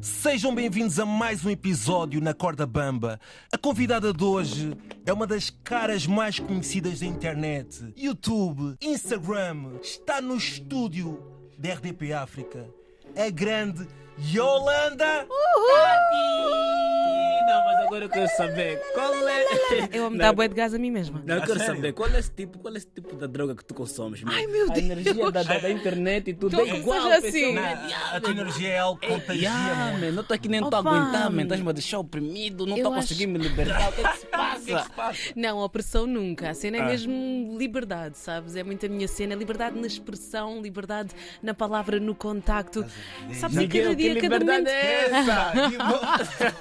Sejam bem-vindos a mais um episódio na Corda Bamba. A convidada de hoje é uma das caras mais conhecidas da internet, YouTube, Instagram. Está no estúdio da RDP África. A grande Yolanda. Tati! Não, mas agora eu quero saber qual é. Eu amo Não, dar bué de gás a mim mesma. Não, eu quero sério? saber qual é esse tipo, qual é esse tipo da droga que tu consomes, meu? Ai, meu A Deus. energia da, da, da internet e tudo Tu é igual. seja pessoal. assim. Não, a tua energia é algo que contagia, Yeah, mano. man, não estou aqui nem estou a Opa, aguentar, man. man. Estás-me a deixar oprimido, não Eu estou a acho- conseguir me libertar. O que é que se passa? Não, opressão nunca. A Ah. cena é mesmo liberdade, sabes? É muito a minha cena. Liberdade na expressão, liberdade na palavra, no contacto. Sabes, e Miguel, cada dia, que cada liberdade momento, é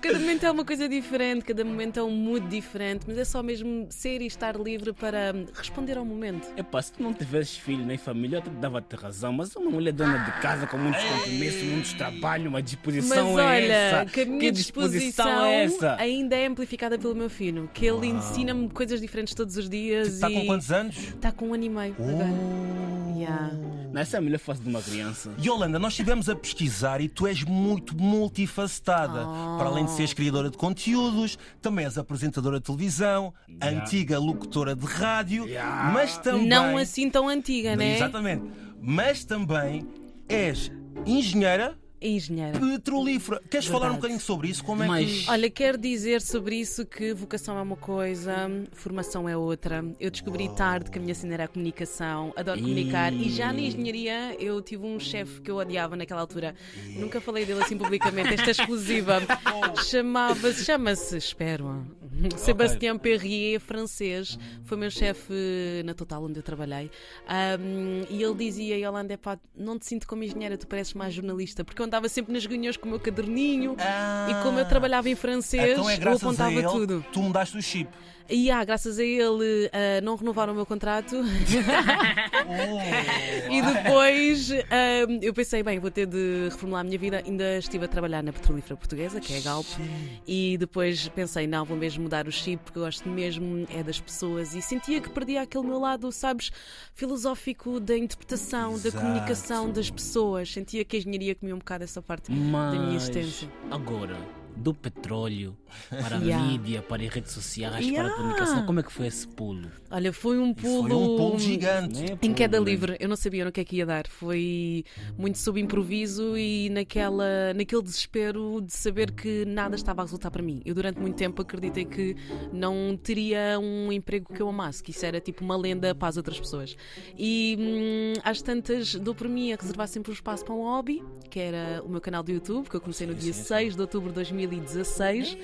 cada momento é uma coisa diferente, cada momento é um mood diferente, mas é só mesmo ser e estar livre para hum, responder ao momento. Epá, se tu não tivesses filho nem família, eu até dava-te razão, mas uma mulher dona de casa com muitos compromissos, muitos trabalhos, uma Mas disposição é olha, essa. que a minha disposição, disposição é essa? ainda é amplificada pelo meu filho, que ele ensina-me coisas diferentes todos os dias Tipo, Está tá e Tá com quantos anos? Oh. está com um ano e meio Uh. agora. Yeah. Não, essa é a melhor fase de uma criança. Yolanda, nós estivemos a pesquisar e tu és muito multifacetada. Oh. Para além de seres criadora de conteúdos, também és apresentadora de televisão, Yeah. antiga locutora de rádio, Yeah. mas também. Não assim tão antiga, né? Exatamente. Mas também és engenheira É engenheira. petrolífera. Queres falar um Verdade. bocadinho sobre isso? Como é Mas- que. Olha, quero dizer sobre isso que vocação é uma coisa, formação é outra. Eu descobri tarde que a minha cena era a comunicação, adoro Ih. comunicar. E já na engenharia eu tive um chefe que eu odiava naquela altura. Nunca falei dele assim publicamente, esta é exclusiva. Chamava-se, chama-se, espero, Sebastião Perrier, francês. Foi meu chefe na Total, onde eu trabalhei. Ahm, e ele dizia, Yolanda, epá, não te sinto como engenheira, tu pareces mais jornalista. Porque eu andava sempre nas reuniões com o meu caderninho. Ah, E como eu trabalhava em francês, então é eu graças a apontava ele, tudo. Tu mudaste o chip. E ah, graças a ele ah, não renovaram o meu contrato. Oh, e depois ah, eu pensei, bem, vou ter de reformular a minha vida. Ainda estive a trabalhar na Petrolífera Portuguesa, que é a Galp. E depois pensei, não, vou mesmo mudar o chip, porque eu gosto mesmo é das pessoas. E sentia que perdia aquele meu lado, sabes, filosófico da interpretação, Exato. da comunicação das pessoas. Sentia que a engenharia comia um bocado essa parte da minha Mas existência. agora, do petróleo para a Yeah. mídia, para as redes sociais, para Yeah. a comunicação, como é que foi esse pulo? Olha, foi um Isso pulo. foi um pulo gigante. Não é Em pulo, queda né? livre, eu não sabia no que é que ia dar. Foi muito sob improviso e naquela, naquele desespero de saber que nada estava a resultar para mim. Eu durante muito tempo acreditei que não teria um emprego que eu amasse, que isso era tipo uma lenda para as outras pessoas. E hum, às tantas dou por mim a reservar sempre um espaço para um hobby, que era o meu canal do YouTube, que eu comecei no dia 6 de outubro de 2016.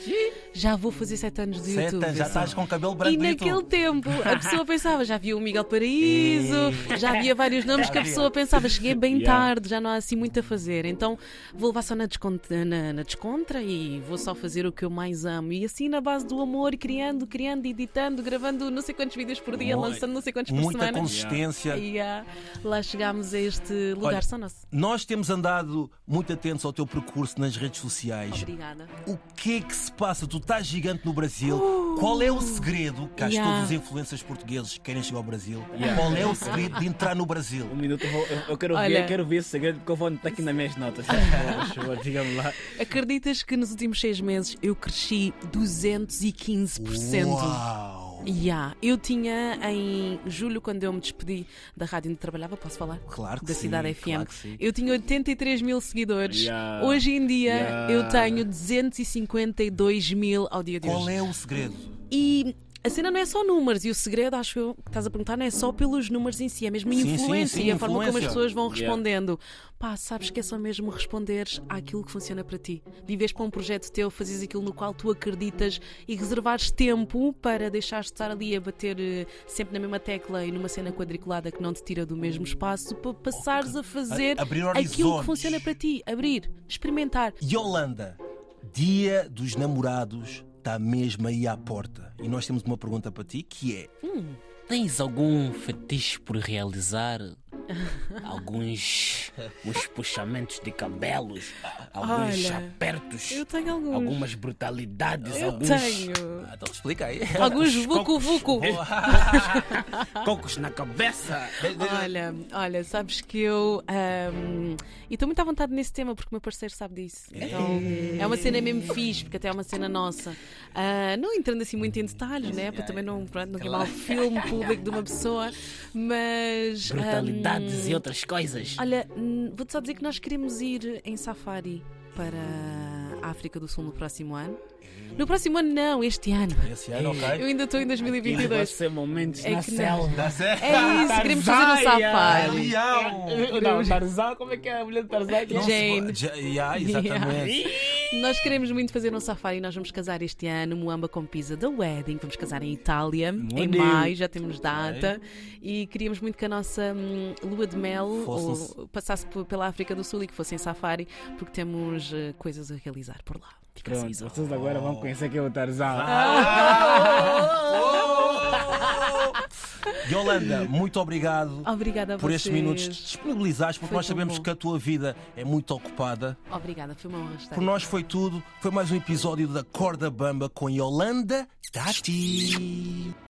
Já vou fazer 7 anos do Sete YouTube. assim. anos, já pessoal. estás com o cabelo branco E do naquele YouTube. tempo a pessoa pensava, já havia o Miguel Paraíso, já havia vários nomes que a pessoa pensava, cheguei bem Yeah. tarde, já não há assim muito a fazer, então vou levar só na, descont na, na descontra e vou só fazer o que eu mais amo. E assim, na base do amor, criando, criando, editando, gravando não sei quantos vídeos por dia, Muito- lançando não sei quantos por Muita semana. consistência. E ah, lá chegámos a este lugar Olha, só nosso. Nós temos andado muito atentos ao teu percurso nas redes sociais. Obrigada. O que é que se passa? Tu estás gigante no Brasil. Qual é o segredo? Que acho que Uh! Yeah. todos os influencers portugueses querem chegar ao Brasil. Yeah. Qual é o segredo de entrar no Brasil? Um minuto, eu, vou- eu- eu quero Olha. ver, eu quero ver esse segredo, porque eu vou anotar aqui nas minhas notas. Por favor, Diga-me lá. Acreditas que nos últimos seis meses eu cresci 215%? Uau! Yeah. Eu tinha em julho, quando eu me despedi da rádio onde trabalhava, posso falar? Claro que da sim, Cidade FM. claro que sim. Eu tinha 83 mil seguidores. Yeah. Hoje em dia Yeah. eu tenho 252 mil ao dia de Qual hoje. é o segredo? E a cena não é só números, e o segredo, acho eu, que estás a perguntar, não é só pelos números em si, é mesmo a Sim, sim, influência sim, e a forma como as influência. pessoas vão Yeah. respondendo. Pá, sabes que é só mesmo responderes àquilo que funciona para ti. Vives para um projeto teu, fazes aquilo no qual tu acreditas e reservares tempo para deixares de estar ali a bater eh, sempre na mesma tecla e numa cena quadriculada que não te tira do mesmo espaço, para passares a fazer A- abrir aquilo horizontes. que funciona para ti. Abrir, experimentar. Yolanda, Dia dos Namorados está mesmo aí à porta. E nós temos uma pergunta para ti que é: Tens algum fetiche por realizar? alguns uns puxamentos de cabelos, alguns Olha, apertos, eu tenho alguns. algumas brutalidades, Eu alguns tenho. Ah, então explica aí. Alguns vucu-vucu. cocos na cabeça. Olha, olha, sabes que eu. ahm, e estou muito à vontade nesse tema porque o meu parceiro sabe disso. Então é uma cena mesmo fixe, porque até é uma cena nossa. Ah, não entrando assim muito em detalhes, né? Para também não, pronto, não queimar o filme público de uma pessoa, mas. ahm, Brutalidades e outras coisas. Olha, hum, vou-te só dizer que nós queremos ir em safari para a África do Sul no próximo ano. No próximo ano, não, este ano. é Esse É. ano, Eu ok. ainda estou em E 2022. você momentos É na que não. selva. Dá certo. É isso, queremos fazer um Tarzan, safari. Leão. Não, Tarzan, como é que é a mulher de Tarzan? Não se- Jane. Ja- yeah, exatamente. Nós queremos muito fazer um safari. Nós vamos casar este ano, Moamba com Pisa da Wedding. Vamos casar em Itália, em Deus. maio, já temos data. E queríamos muito que a nossa hum, lua de mel Fosse- um ou, passasse p- pela África do Sul e que fosse em safari, porque temos eh, coisas a realizar por lá. Fica assim, Pronto, vocês agora vão conhecer quem é o Tarzan. Ah, Yolanda, muito obrigado. Obrigada a Por vocês. estes minutos disponibilizados, porque Foi nós tão sabemos bom. que a tua vida é muito ocupada. Obrigada, foi uma honra estar Por aqui. nós foi tudo. Foi mais um episódio da Corda Bamba com Yolanda Tati.